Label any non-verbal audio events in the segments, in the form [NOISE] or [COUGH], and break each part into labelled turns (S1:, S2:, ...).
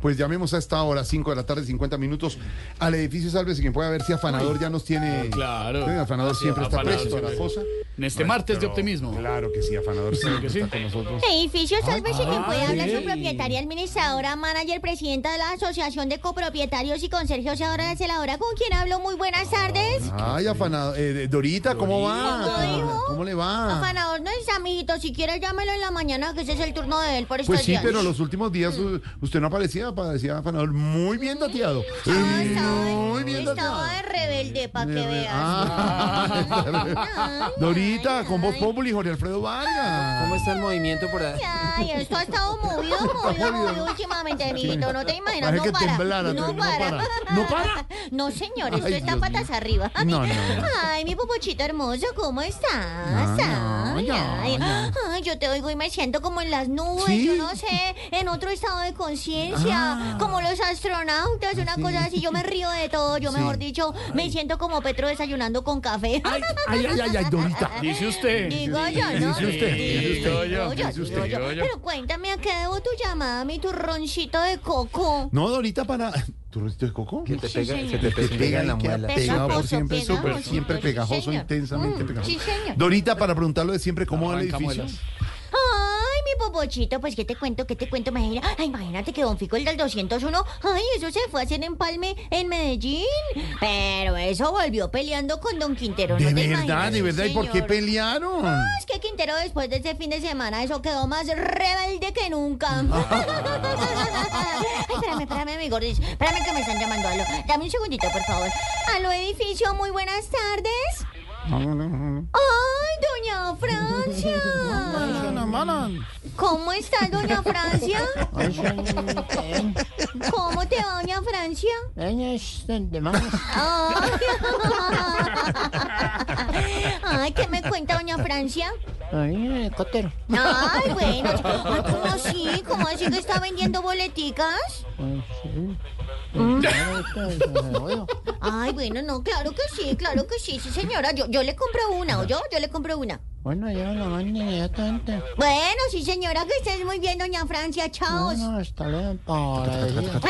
S1: Pues llamemos a esta hora, 5 de la tarde, 50 minutos, al edificio Salves y quien pueda ver si Afanador ya nos tiene.
S2: Claro.
S1: Sí, Afanador
S2: Sí,
S1: siempre está
S2: Afanador
S1: preso a la
S2: siempre.
S1: cosa.
S2: En este martes de optimismo.
S1: Claro que sí, Afanador siempre
S2: que sí.
S1: está con nosotros.
S3: Edificio Sálvese quien puede hablar,
S2: sí.
S3: su propietaria, administradora, manager, presidenta de la Asociación de Copropietarios y Consergios Ahora de Celadora, con quien hablo. Muy buenas tardes.
S1: Ay, Afanador. eh, Dorita, ¿cómo
S3: Dorita.
S1: va? ¿Cómo le va?
S3: Afanador no es amiguito, si quiere llámelo en la mañana, que ese es el turno de él por estos
S1: Pues sí,
S3: días.
S1: pero los últimos días u- usted no aparecía, aparecía Afanador muy bien dateado.
S3: Ah,
S1: Eh,
S3: estaba de-
S1: Muy bien dateado.
S3: Estaba de rebelde, para que veas.
S1: [LAUGHS] Ah,
S3: Ay,
S1: Dorita,
S3: ay,
S1: con voz
S3: ay.
S1: populi, Jorge Alfredo Vargas.
S4: ¿Cómo está el movimiento por ahí?
S3: Ay, esto ha estado
S1: [LAUGHS]
S3: movido, movido, movido últimamente, amiguito. No te imaginas,
S1: Parece
S3: no
S1: que
S3: para.
S1: temblara,
S3: no,
S1: no
S3: para.
S1: para.
S3: [LAUGHS]
S1: ¿No para?
S3: No, señor, esto
S1: Ay,
S3: está
S1: Dios
S3: patas
S1: mío.
S3: arriba.
S1: No, no, no.
S3: Ay, mi popochito hermoso, ¿cómo
S1: No,
S3: estás?
S1: no,
S3: ay,
S1: no,
S3: ay.
S1: no.
S3: Ay, yo te oigo y me siento como en las nubes,
S1: ¿Sí?
S3: yo no sé, en otro estado de conciencia,
S1: Ah.
S3: como los astronautas, una
S1: sí.
S3: cosa así. Yo me río de todo, yo
S1: Sí.
S3: mejor dicho, me siento como Petro desayunando con café.
S1: Ay, ay, ay, ay, ay, Dorita.
S3: [LAUGHS]
S2: Dice usted.
S3: Eh, Digo yo, ¿no?
S1: Dice usted, dice usted,
S3: Digo yo,
S1: dice
S3: digo
S1: usted.
S3: yo.
S2: Digo yo.
S3: Pero cuéntame, ¿a qué debo tu llamada, mi turroncito de coco?
S1: No, Dorita, para. ¿Tu rosito de coco?
S4: Que te
S3: Sí,
S4: pega,
S3: señor.
S4: que te,
S1: Te
S4: pe- pega en la
S1: que
S4: muela.
S1: ha pegado por
S3: Pegajoso,
S1: siempre,
S3: pegajoso,
S1: súper,
S3: sí,
S1: siempre
S3: señor.
S1: pegajoso, intensamente
S3: Mm,
S1: pegajoso.
S3: sí, señor.
S1: Dorita, para preguntarlo de siempre, ¿cómo va el
S2: Arranca
S1: edificio?
S2: muelas.
S3: Ay, mi popochito, pues qué te cuento, qué te cuento, imagina. Ay, imagínate que Don Fico, el del 201, ay, eso se fue a hacer empalme en Medellín. Pero eso volvió peleando con Don Quintero,
S1: De
S3: ¿no te
S1: verdad,
S3: imaginas?
S1: de
S3: Sí,
S1: verdad. ¿Y por qué
S3: señor.
S1: pelearon?
S3: Es que Quintero después de ese fin de semana eso quedó más rebelde que nunca. Ay, espérame, espérame, mi gordis. Espérame que me están llamando. Aló. Dame un segundito, por favor. Aló, edificio, muy buenas tardes. Ay, doña Francia. ¿Cómo estás, doña Francia? ¿Cómo te va, doña Francia? Ay, [LAUGHS] Ay, ¿qué me cuenta, doña Francia?
S5: helicóptero.
S3: Ay, bueno. Ay, ¿Cómo así? ¿Cómo así que está vendiendo boleticas?
S5: Pues, este,
S3: Ay, bueno, no, claro que sí, claro que sí, sí, señora. Yo, yo le compro una, ¿o yo? Yo le compro una.
S5: Bueno, yo lo mando inmediatamente.
S3: Bueno, sí, señora, que estés muy bien, doña Francia. Chao.
S5: Bueno, hasta luego. Pobrecito.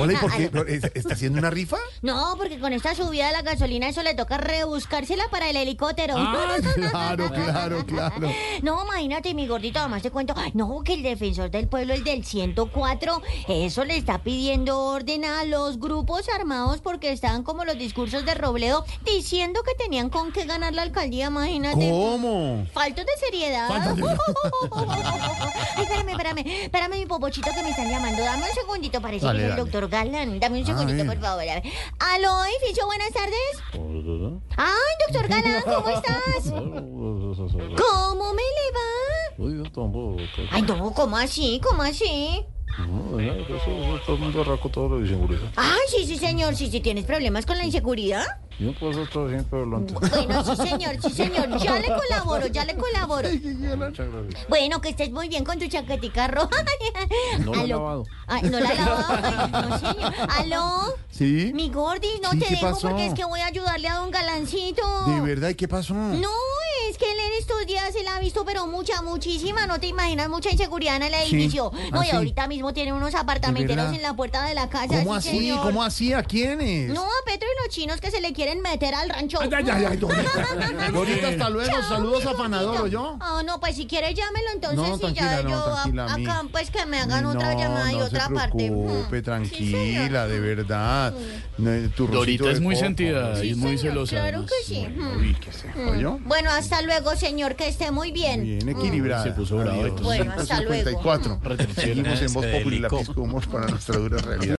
S1: Hola, ¿y por qué? ¿Pero es- ¿Está haciendo una rifa?
S3: No, porque con esta subida de la gasolina eso le toca rebuscársela para el helicóptero.
S1: Ah, claro, claro, claro.
S3: No, imagínate, mi gordito, además te cuento, no, que el defensor del pueblo, el del 104, eso le está pidiendo orden a los grupos armados porque estaban como los discursos de Robledo diciendo que tenían con qué ganar la alcaldía, imagínate.
S1: ¿Cómo?
S3: Faltos de seriedad.
S1: Faltos de-
S3: [LAUGHS] Ay, espérame, espérame. Espérame, mi popochito, que me están llamando. Dame un segundito, parece
S1: Dale,
S3: que es el
S1: dale.
S3: doctor Galán. Dame un
S1: A
S3: segundito,
S1: ver.
S3: por favor. A ver. Aló, edificio, buenas tardes. Ay, doctor Galán, ¿cómo estás? ¿Cómo me le va? Ay, no, ¿cómo así? ¿Cómo así?
S6: Todo el mundo arrancó todo lo de inseguridad.
S3: Ay, sí, sí, señor. Sí, sí, tienes problemas con la inseguridad.
S6: Yo puedo hacer todo siempre adelante.
S3: Bueno, sí, señor, sí, señor. Ya le colaboro, ya le colaboro.
S6: Muchas gracias.
S3: Bueno, que estés muy bien con tu chaquetica roja.
S6: No la he
S3: Aló.
S6: lavado.
S3: Ay, no la
S1: [LAUGHS]
S3: he lavado. No, señor. Aló.
S1: ¿Sí?
S3: Mi gordis, no
S1: Sí,
S3: te
S1: ¿qué
S3: dejo
S1: pasó?
S3: porque es que voy a ayudarle a don Galancito.
S1: ¿De verdad? ¿Y qué pasó?
S3: No, es que él en estos días se la ha visto, pero mucha, muchísima. No te imaginas mucha inseguridad en el edificio. No,
S1: ¿Ah,
S3: y
S1: sí?
S3: ahorita mismo tiene unos
S1: verdad?
S3: apartamenteros en la puerta de la casa.
S1: ¿Cómo
S3: sí,
S1: así?
S3: señor.
S1: ¿Cómo así? ¿A quiénes?
S3: No, a Petro y los chinos que se le quieren meter al rancho.
S1: Ay, ay, ay, ay, [LAUGHS] Dorita.
S3: [LAUGHS]
S1: Dorita, hasta luego.
S3: Chao,
S1: Saludos
S3: mi
S1: a Afanador,
S3: gordito.
S1: yo.
S3: Ah, no, pues si quieres llámelo entonces
S1: No,
S3: y
S1: tranquila,
S3: ya
S1: no,
S3: yo a-
S1: tranquila, mi-
S3: acá pues que me hagan otra
S1: No,
S3: llamada y
S1: no
S3: otra
S1: se
S3: parte. Mm.
S1: preocupe,
S3: Sí, señor.
S1: tranquila, de verdad. No, eh, tu rosito
S2: Dorita
S1: de
S2: es muy
S1: coco.
S2: sentida
S3: Sí,
S2: y muy
S3: señor,
S2: celosa.
S3: claro
S2: además.
S3: que sí.
S2: Bueno,
S3: Mm.
S2: uy, qué se-
S1: ¿Oyó?
S3: Bueno, hasta luego, señor, que esté muy bien.
S1: Bien
S3: Mm.
S1: equilibrada.
S2: Se puso brava y
S1: Adiós.
S2: todo.
S3: Bueno, hasta luego.
S1: 54.
S2: Retenciones
S1: Seguimos en Voz
S2: de
S1: Popular,
S2: licor.
S1: Pisco Humor para nuestra dura realidad.